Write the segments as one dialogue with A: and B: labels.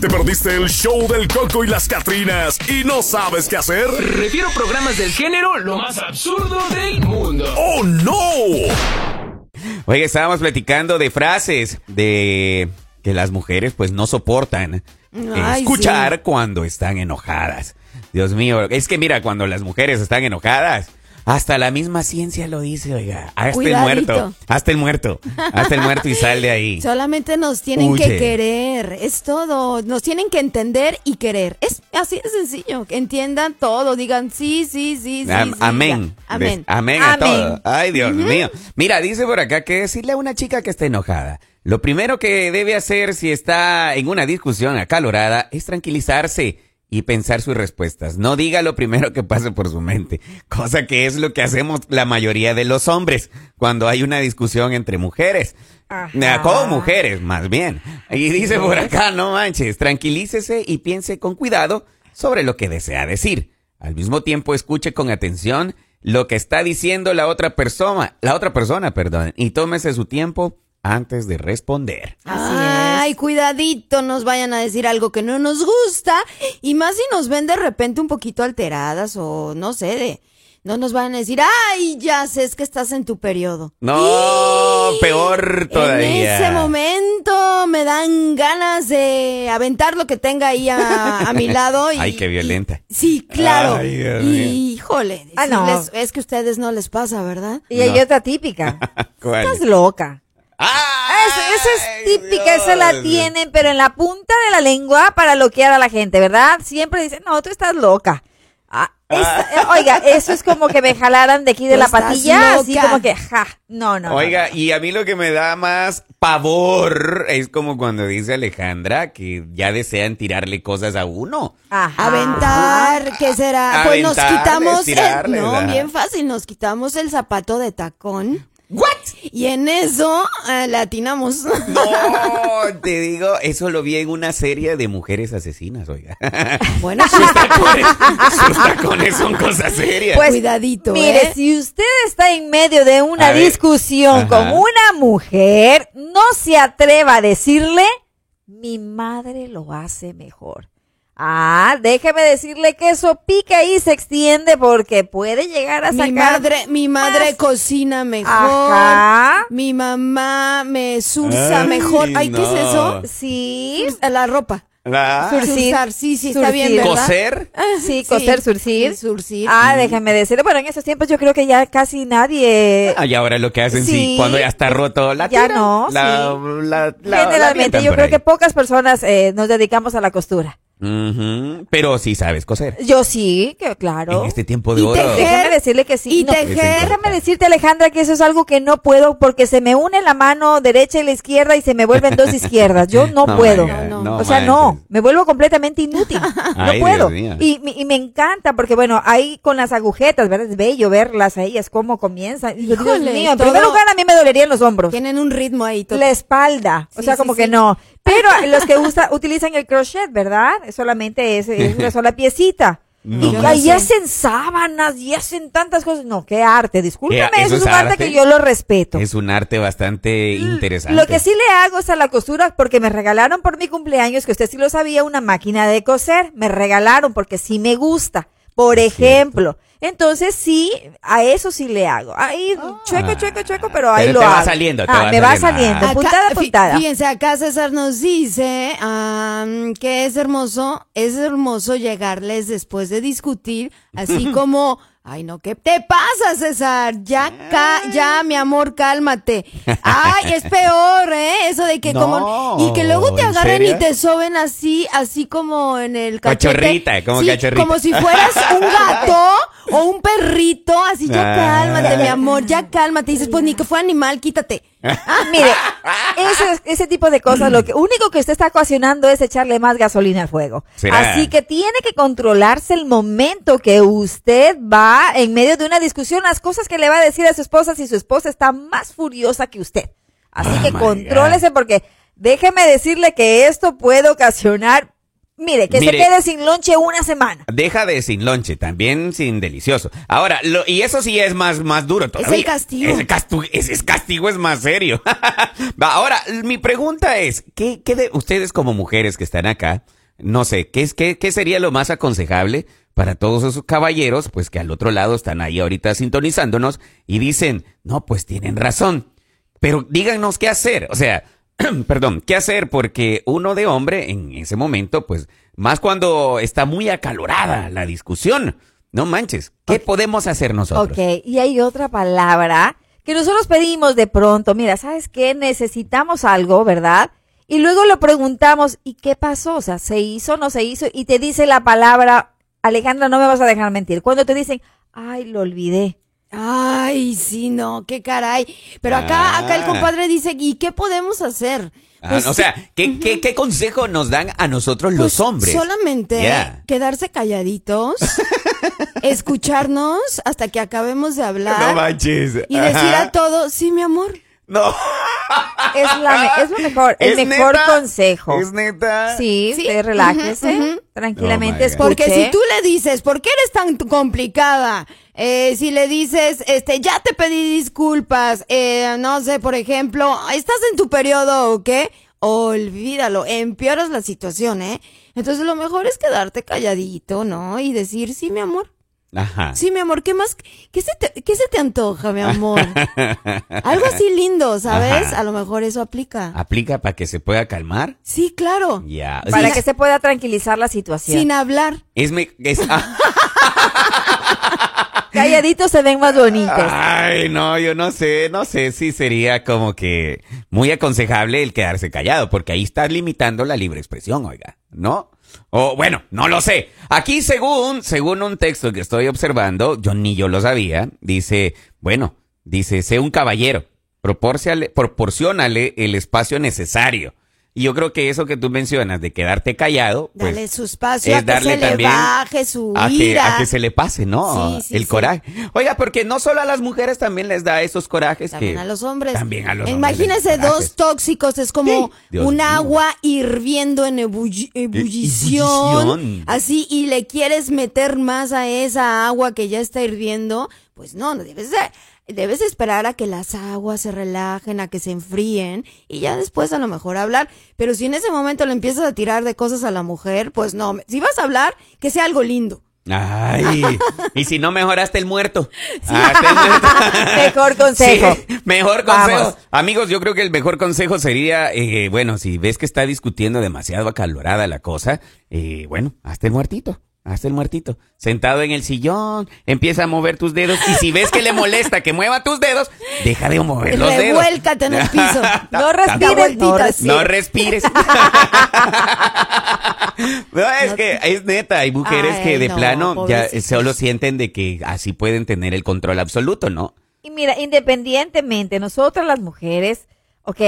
A: ¿Te perdiste el show del Coco y las Catrinas y no sabes qué hacer?
B: Refiero programas del género lo más absurdo del mundo.
A: ¡Oh, no!
C: Oiga, estábamos platicando de frases de que las mujeres pues no soportan
D: Ay,
C: escuchar cuando están enojadas. Dios mío, es que mira, cuando las mujeres están enojadas, hasta la misma ciencia lo dice, oiga, hasta el
D: Cuidadito.
C: muerto, hasta el muerto, hasta el muerto y sal de ahí.
D: Solamente nos tienen
C: Huye.
D: que querer, es todo. Nos tienen que entender y querer. Es así de sencillo. que Entiendan todo, digan sí, sí, sí, sí.
C: Am-
D: sí,
C: amén.
D: ya. Amén.
C: Des- Amén a todo. Ay, Dios mío. Mira, dice por acá que decirle a una chica que está enojada. Lo primero que debe hacer si está en una discusión acalorada es tranquilizarse y pensar sus respuestas. No diga lo primero que pase por su mente, cosa que es lo que hacemos la mayoría de los hombres cuando hay una discusión entre mujeres. Ah,
D: Ajá.
C: Con mujeres, más bien. Y dice por acá, no manches, tranquilícese y piense con cuidado sobre lo que desea decir. Al mismo tiempo, escuche con atención lo que está diciendo la otra persona, la otra persona, perdón, y tómese su tiempo antes de responder.
D: Así Ay, cuidadito, nos vayan a decir algo que no nos gusta y más si nos ven de repente un poquito alteradas o no sé, de, no nos vayan a decir, ay, ya sé, es que estás en tu periodo.
C: No, peor todavía.
D: En ese momento me dan ganas de aventar lo que tenga ahí a, a mi lado. Y,
C: Ay, qué violenta.
D: Sí, claro.
C: Ay, Dios mío.
D: y, híjole,
E: Ah, no.
D: decirles, es que a ustedes no les pasa, ¿verdad?
E: Y hay otra típica.
C: ¿Cuál?
E: Estás loca.
C: ¡Ay,
E: Es- esa es típica, esa
C: Dios!
E: la tienen, pero en la punta de la lengua para bloquear a la gente, ¿verdad? Siempre dicen, no, tú estás loca. Ah, esta- eh, oiga, eso es como que me jalaran de aquí de
D: Tú
E: la
D: estás
E: patilla, así
D: loca.
E: como que, ja, no, no. no,
C: Oiga, y a mí lo que me da más pavor es como cuando dice Alejandra que ya desean tirarle cosas a uno.
E: Ajá.
D: Aventar, ¿qué será? pues nos
C: Ah. Aventar,
D: quitamos. el-
C: estirarle,
D: no,
C: ¿verdad?
D: bien fácil, nos quitamos el zapato de tacón. ¿What? Y en eso eh, la atinamos.
C: No, te digo, eso lo vi en una serie de mujeres asesinas, oiga.
D: Bueno,
C: Sus tacones, sus tacones son cosas serias.
E: Pues,
D: cuidadito,
E: Mire,
D: ¿eh?
E: si usted está en medio de una
C: A ver.
E: discusión
C: Ajá.
E: con una mujer, no se atreva a decirle, mi madre lo hace mejor. Ah, déjeme decirle que eso pica y se extiende porque puede llegar a
D: mi
E: sacar...
D: madre, mi madre
E: más-
D: cocina mejor.
E: Ajá.
D: Mi mamá me surza
C: Ay,
D: mejor. Ay, ¿qué es
C: no.
D: eso?
E: Sí,
D: Surza La ropa.
C: ¿Verdad?
E: Ah. Surcir.
D: Surzar, sí, sí, está bien,
E: Surcir.
D: ¿verdad? Ah,
C: ¿Coser?
E: sí, coser, surcir.
D: sí, surcir.
E: Ah, déjeme decirle, bueno, en esos tiempos yo creo que ya casi nadie...
C: Ay, ahora lo que hacen, sí,
E: Sí.
C: cuando ya está roto, la
E: Ya
C: tiran,
E: no,
C: la- la- la- la
E: Generalmente
C: avientan
E: yo
C: por
E: creo
C: ahí.
E: que pocas personas eh, nos dedicamos a la costura.
C: Ujú, Pero sí sabes coser.
E: Yo sí, que claro.
C: En este tiempo de
D: Y
C: oro.
D: tejer.
E: Déjame decirle que sí.
D: Y tejer.
E: Déjame decirte, Alejandra, que eso es algo que no puedo porque se me une la mano derecha y la izquierda y se me vuelven dos izquierdas. Yo no,
C: my
E: puedo.
C: God,
D: No,
C: no
E: o sea, no,
C: manches.
E: me vuelvo completamente inútil. No
C: Ay, Dios
E: puedo.
C: mío.
E: Y, me- y me encanta porque, bueno, ahí con las agujetas, ¿verdad? Es bello verlas a ellas, cómo comienzan. Y yo, Dios
D: Híjole,
E: mío, en
D: todo-
E: primer lugar a mí me dolerían los hombros.
D: Tienen un ritmo ahí. to-
E: La espalda, o
D: Sí,
E: sea,
D: sí,
E: como
D: sí.
E: que no. Pero los que usa- utilizan el crochet, ¿verdad? Solamente es, es una sola piecita.
C: No.
E: Y
C: Yo
D: no
E: ahí
D: sé.
E: hacen sábanas y hacen tantas cosas. No, qué arte, discúlpeme,
C: ¿Qué-
E: eso es un arte? que yo lo respeto.
C: Es un arte bastante interesante.
E: Mm, Lo que sí le hago es a la costura porque me regalaron por mi cumpleaños, que usted sí lo sabía, una máquina de coser. Me regalaron porque sí me gusta. Por ejemplo, entonces sí, a eso sí le hago. Ahí
D: Ah.
E: chueco, chueco, chueco, pero ahí
C: Pero
E: lo
C: te va
E: hago.
C: saliendo, te
E: Ah,
C: va
E: me va
C: saliendo.
E: saliendo.
D: Acá-
E: Puntada,
D: fí-
E: puntada.
D: Fíjense, acá César nos dice am, que es hermoso, es hermoso llegarles después de discutir, así como, ay no, ¿qué te pasa, César? Ya, ca- ya, mi amor, cálmate. Ay, es peor, ¿eh? Eso de que
C: No,
D: como, y que luego te
C: ¿en
D: agarren
C: serio?
D: y te soben así, así como en el cachete.
C: Cachorrita, como
D: Sí,
C: cachorrita.
D: Como si fueras un gato o un perrito, así ya
C: Ah.
D: cálmate, mi amor, ya cálmate. Y dices, pues ni que fuera animal, quítate.
E: Ah, mire, ese, ese tipo de cosas, lo que único que usted está ocasionando es echarle más gasolina al fuego.
C: ¿Será?
E: Así que tiene que controlarse el momento que usted va en medio de una discusión, las cosas que le va a decir a su esposa si su esposa está más furiosa que usted. Así
C: Oh,
E: que
C: my
E: contrólese porque déjeme decirle que esto puede ocasionar Mire, que
C: Mire.
E: se quede sin lonche una semana.
C: Deja de sin lonche, también sin delicioso. Ahora, lo- y eso sí es más, más duro todavía.
D: el castigo.
C: Es el castu- ese es castigo es más serio. Va, Ahora, mi pregunta es, ¿qué, qué de ustedes como mujeres que están acá, no sé, ¿qué, es- qué, qué sería lo más aconsejable para todos esos caballeros, pues que al otro lado están ahí ahorita sintonizándonos y dicen, no, pues tienen razón. Pero díganos qué hacer, o sea, perdón, qué hacer porque uno de hombre en ese momento, pues más cuando está muy acalorada la discusión, no manches, ¿qué podemos hacer nosotros?
E: Ok, y hay otra palabra que nosotros pedimos de pronto, mira, ¿sabes qué? Necesitamos algo, ¿verdad? Y luego lo preguntamos, ¿y qué pasó? O sea, ¿se hizo, no se hizo? Y te dice la palabra, Alejandra, no me vas a dejar mentir. Cuando te dicen, ay, lo olvidé.
D: Ay, sí, no, qué caray. Pero acá,
C: Ah.
D: acá el compadre dice, ¿y qué podemos hacer?
C: Ah,
D: Pues,
C: o sea, ¿qué, qué, qué consejo nos dan a nosotros
D: pues,
C: los hombres?
D: Solamente
C: Ya.
D: quedarse calladitos, escucharnos hasta que acabemos de hablar
C: No manches.
D: y decir
C: Ajá.
D: a todo, sí, mi amor.
C: No.
E: Es, la me- es lo mejor, el
C: ¿Es
E: mejor
C: neta?
E: consejo.
C: Es neta.
E: Sí,
D: Sí,
E: te relájese,
C: Oh my
E: tranquilamente
C: God.
E: escuche.
D: Porque si tú le dices, ¿por qué eres tan t- complicada? Eh, si le dices, este, ya te pedí disculpas, eh, no sé, por ejemplo, estás en tu periodo o qué, olvídalo, empeoras la situación, ¿eh? Entonces lo mejor es quedarte calladito, ¿no? Y decir, sí, mi amor,
C: Ajá.
D: sí, mi amor, ¿qué más? ¿Qué se te, qué se te antoja, mi amor? Algo así lindo, ¿sabes?
C: Ajá.
D: A lo mejor eso aplica.
C: Aplica para que se pueda calmar.
D: Sí, claro.
C: Ya.
E: Para
C: Sí,
E: que se pueda tranquilizar la situación.
D: Sin hablar.
C: es me- es- ah,
E: Calladitos se ven más bonitos.
C: ay, no, yo no sé, no sé si sería como que muy aconsejable el quedarse callado, porque ahí estás limitando la libre expresión, oiga, ¿no? O bueno, no lo sé. Aquí según, según un texto que estoy observando, yo ni yo lo sabía, dice, bueno, dice, sé un caballero, propórciale- proporcionale el espacio necesario. Y yo creo que eso que tú mencionas de quedarte callado, pues,
D: Dale su espacio, a
C: es
D: que
C: darle
D: se le
C: también
D: baje su
C: a que,
D: ira.
C: a que se le pase, ¿no?
D: Sí, sí,
C: el
D: sí.
C: coraje. Oiga, porque no solo a las mujeres también les da esos corajes
D: También
C: que
D: a los hombres.
C: También a los
D: Imagínense
C: hombres les da
D: dos tóxicos, es como
C: Sí. Dios
D: un
C: mío. Eh,
D: agua hirviendo en ebulli- ebullición,
C: ebullición.
D: Así, y le quieres meter más a esa agua que ya está hirviendo. Pues no, no debes de- Debes esperar a que las aguas se relajen, a que se enfríen y ya después a lo mejor hablar. Pero si en ese momento le empiezas a tirar de cosas a la mujer, pues no. Si vas a hablar, que sea algo lindo.
C: Ay, y si no mejoraste el muerto. Ah, está el muerto.
E: Mejor consejo.
C: Sí, mejor consejo.
E: Vamos.
C: Amigos, yo creo que el mejor consejo sería, eh, bueno, si ves que está discutiendo demasiado acalorada la cosa, eh, bueno, hazte el muertito. Hazte el muertito. Sentado en el sillón, empieza a mover tus dedos. Y si ves que le molesta que mueva tus dedos, deja de mover los dedos.
D: Revuélcate en el piso.
E: No
D: Da
E: respires, no
D: vueltitas.
E: respires.
C: No respires. no, es que es neta, hay mujeres
D: Ay,
C: que de
D: no,
C: plano ya
D: pobrecitas.
C: solo sienten de que así pueden tener el control absoluto, ¿no?
E: Y mira, independientemente, nosotras las mujeres, ok,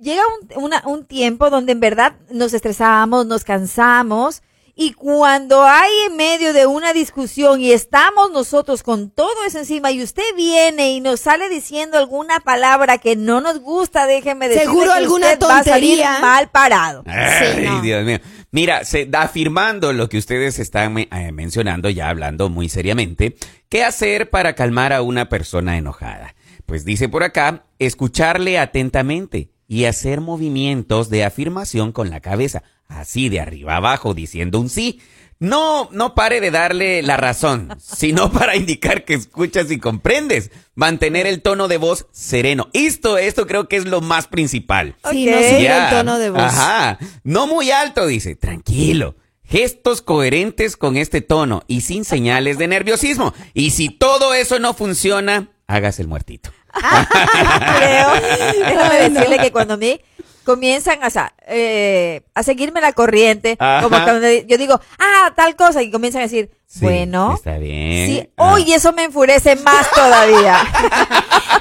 E: llega un, una- un tiempo donde en verdad nos estresamos, nos cansamos, y cuando hay en medio de una discusión y estamos nosotros con todo eso encima y usted viene y nos sale diciendo alguna palabra que no nos gusta, déjeme decirle
D: Seguro
E: que
D: alguna
E: usted va a salir
D: tontería.
E: mal parado.
C: Ay,
D: no.
C: Dios mío. Mira, se, afirmando lo que ustedes están me- eh, mencionando, ya hablando muy seriamente, ¿qué hacer para calmar a una persona enojada? Pues dice por acá, escucharle atentamente y hacer movimientos de afirmación con la cabeza, así de arriba abajo, diciendo un sí. No, no pare de darle la razón, sino para indicar que escuchas y comprendes. Mantener el tono de voz sereno. Esto, esto creo que es lo más principal.
D: Sí,
E: Ok.
D: no sirve
C: Ya.
D: el tono de voz.
C: Ajá. No muy alto, dice. Tranquilo. Gestos coherentes con este tono y sin señales de nerviosismo. Y si todo eso no funciona, hágase el muertito.
E: creo. Déjame decirle que cuando a mí comienzan o sea, eh, a seguirme la corriente,
C: Ajá.
E: como cuando yo digo, ah, tal cosa, y comienzan a decir,
C: Sí,
E: bueno,
C: Está bien.
E: sí,
C: Ah.
E: hoy eso me enfurece más todavía.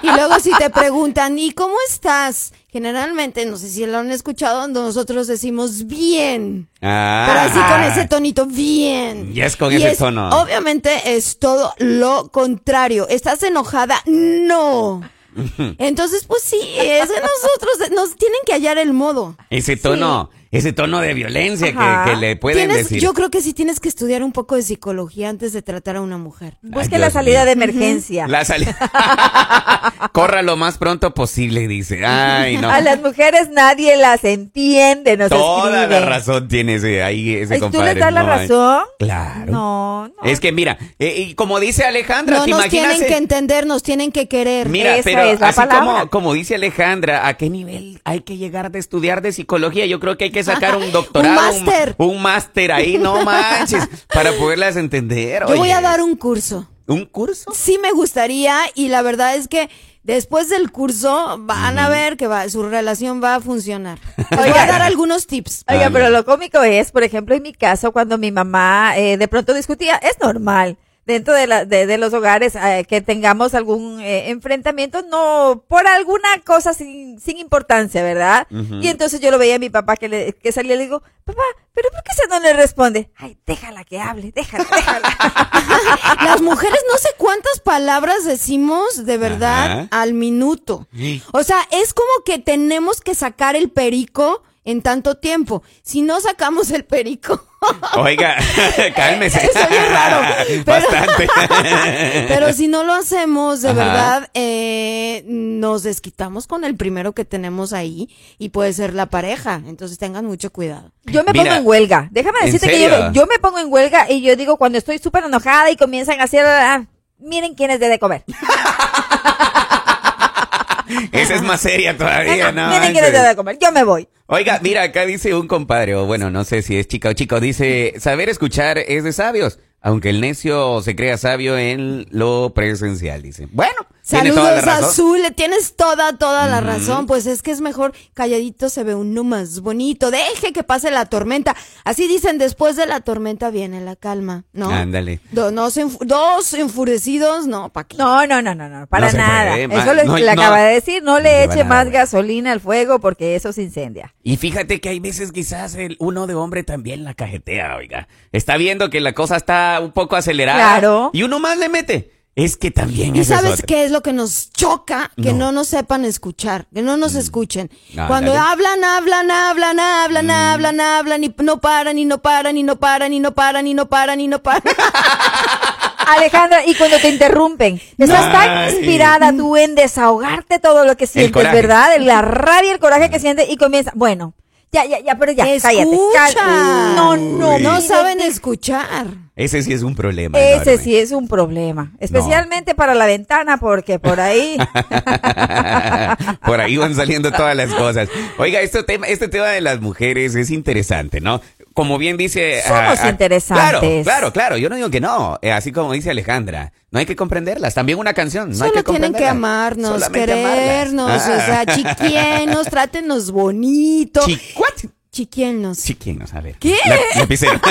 D: Y luego si te preguntan, ¿y cómo estás? Generalmente, no sé si lo han escuchado, nosotros decimos bien.
C: Ah.
D: Pero así con ese tonito, bien.
C: Y es con ese tono.
D: Obviamente es todo lo contrario. ¿Estás enojada? No. Entonces, pues sí, es que nosotros nos tienen que hallar el modo.
C: Ese tono, ese tono de violencia
E: Ajá.
C: que, que le pueden
D: Tienes-
C: decir.
D: Yo creo que sí tienes que estudiar un poco de psicología antes de tratar a una mujer.
E: Busque
C: Ay,
E: la
C: Dios
E: salida
C: mío.
E: de emergencia.
C: La salida. Corra lo más pronto posible, dice. Ay, no.
E: A las mujeres nadie las entiende, nos
C: Toda la
E: escriben.
C: razón tiene ese, ahí ese
E: Ay, ¿Tú
C: compadre.
E: les das la
C: No, ay.
E: razón?
C: Claro.
E: No, no.
C: Es que mira, eh, y como dice Alejandra,
D: No
C: ¿te
D: nos
C: imaginas? e-?
D: tienen que entender, nos tienen que querer. Eh,
C: Mira,
E: Esa
C: pero
E: es la
C: así como,
E: palabra.
C: como dice Alejandra, ¿a qué nivel hay que llegar de estudiar de psicología? Yo creo que hay que sacar un doctorado, un-
D: máster.
C: un máster ahí, no manches, para poderlas entender.
D: Yo voy
C: oye.
D: a dar un curso.
C: un curso.
D: Sí me gustaría y la verdad es que después del curso van a ver que va- su relación va a funcionar. Les voy a dar algunos tips.
E: Oiga,
C: Ay.
E: pero lo cómico es, por ejemplo, en mi caso, cuando mi mamá eh, de pronto discutía, es normal. Dentro de, la- de, de los hogares eh, que tengamos algún eh, enfrentamiento, no, por alguna cosa sin, sin importancia, ¿verdad? Y entonces yo lo veía a mi papá que, le, que salía y le digo, papá, ¿pero por qué esa no le responde? Ay, déjala que hable, déjala, déjala.
D: Las mujeres no sé cuántas palabras decimos de verdad
C: Ajá.
D: al minuto. O sea, es como que tenemos que sacar el perico en tanto tiempo. Si no sacamos el perico,
C: Oiga, cálmese.
D: Eso bien raro, pero-
C: Bastante.
D: pero si no lo hacemos, de
C: Ajá.
D: verdad, eh, nos desquitamos con el primero que tenemos ahí y puede ser la pareja. Entonces tengan mucho cuidado.
E: Yo me
C: Mira,
E: pongo en huelga. Déjame
C: ¿en
E: decirte que yo,
C: serio?
E: yo me pongo en huelga y yo digo cuando estoy súper enojada y comienzan a hacer, ah, miren quién es de comer.
C: Esa es más seria todavía, ¿no?
E: miren quién es
C: manches.
E: de comer. Yo me voy.
C: Oiga, mira, acá dice un compadre, o bueno, no sé si es chica o chico, dice, saber escuchar es de sabios, aunque el necio se crea sabio en lo presencial, dice. Bueno, tiene toda la
D: Saludos
C: razón.
D: azul, tienes toda, toda la razón. Pues es que es mejor calladito se ve uno más bonito. Deje que pase la tormenta. Así dicen, después de la tormenta viene la calma, ¿no?
C: Ándale.
D: Do- no se enfu- dos enfurecidos, no, pa' qué.
E: No, no, no, no, no, para
C: No se
E: nada.
C: puede, ma-
E: eso lo
C: no,
E: le
C: no.
E: acaba de decir. No
C: No
E: le
C: lleva
E: eche
C: nada,
E: más
C: güey.
E: gasolina al fuego porque eso se incendia.
C: Y fíjate que hay veces quizás el uno de hombre también la cajetea, oiga. Está viendo que la cosa está un poco acelerada.
E: Claro.
C: Y uno más le mete. Es que también
D: Y
C: esa es
D: sabes
C: otra.
D: qué es lo que nos choca, que no,
C: No. Mm.
D: nos sepan escuchar, que no nos escuchen.
C: Ándale. Mm.
D: Cuando hablan, hablan, hablan, hablan, hablan, hablan y no paran y no paran y no paran y no paran y no paran y no paran.
E: Alejandra, y cuando te interrumpen, estás tan
C: Ay.
E: inspirada tú en desahogarte todo lo que sientes,
C: coraje.
E: ¿verdad? La rabia, el coraje que sientes y comienza, bueno, ya, ya, ya, pero ya, cállate.
D: Escucha.
E: cal- no, no,
D: no
E: no
D: saben escuchar.
C: Ese sí es un problema.
E: Ese
C: enorme.
E: sí es un problema, especialmente para la ventana porque por ahí
C: Por ahí van saliendo todas las cosas. Oiga, este tema, este tema de las mujeres es interesante, ¿no? Como bien dice... ah,
E: Somos
C: Claro,
E: interesantes.
C: claro, claro. Yo no digo que no. Eh, Así como dice Alejandra, no hay que comprenderlas. También una canción, no hay
D: Solo
C: que
D: tienen que
C: comprenderlas.
D: amarnos,
C: Solamente
D: querernos,
C: amarlas.
D: o
C: Ah.
D: sea, chiquienos, trátenos bonito.
C: Chi- ¿what?
D: chiquienos.
C: Chiquinos, a ver.
D: ¿Qué?
C: La- lapicero.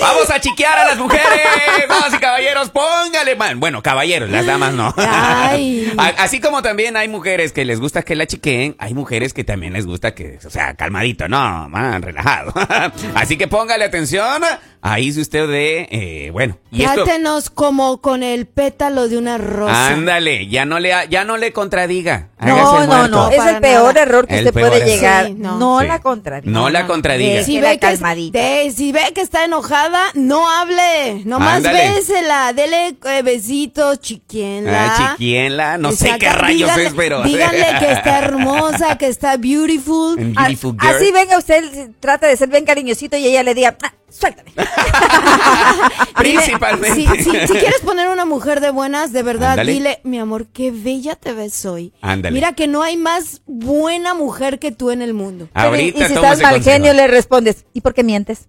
C: Vamos a chiquear a las mujeres. Vamos y caballeros, póngale man. Bueno, caballeros, las damas no.
D: Ay.
C: A- Así como también hay mujeres que les gusta que la chiqueen, hay mujeres que también les gusta que, o sea, calmadito, no, man, relajado. Así que póngale atención. Ahí si usted de, eh, bueno. Y esto-
D: Trátenos como con el pétalo de una rosa.
C: Ándale, ya no le, ya no le contradiga. Hágase
E: no,
C: el
E: no, no,
C: muerto.
E: es
D: Para
E: el peor
D: nada.
E: error que
C: El
E: usted
C: peor
E: puede
C: error.
E: llegar.
D: Sí, no.
E: no
C: Sí.
E: la contradiga.
C: No la contradiga.
E: Es
D: Si
E: que
D: ve,
E: la
D: que,
E: calmadita.
D: de- si ve que está enojada, no hable. Nomás
C: Ándale.
D: bésela, dele eh, besitos, chiquienla.
C: Ah, chiquienla, no sé
D: Exacto,
C: qué rayos
D: díganle-
C: es, pero.
D: Díganle que está hermosa, que está beautiful.
C: And
E: A-
C: beautiful girl.
E: Así venga usted, trata de ser bien cariñosito y ella le diga, "Ah, suéltame.
D: Dile-
C: Principalmente.
D: Si, si- si quieres poner una mujer de buenas, de verdad,
C: Ándale.
D: dile, mi amor, qué bella te ves hoy.
C: Ándale.
D: Mira que no hay más buena mujer que tú en el mundo.
C: Ahorita
E: y si
C: toma
E: estás
C: ese
E: mal
C: consejo.
E: genio le respondes, ¿y por qué mientes?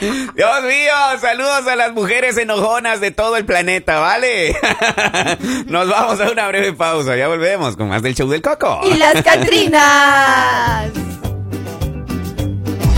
C: Dios mío, saludos a las mujeres enojonas de todo el planeta, ¿vale? Nos vamos a una breve pausa, ya volvemos con más del show del coco.
D: Y las Catrinas.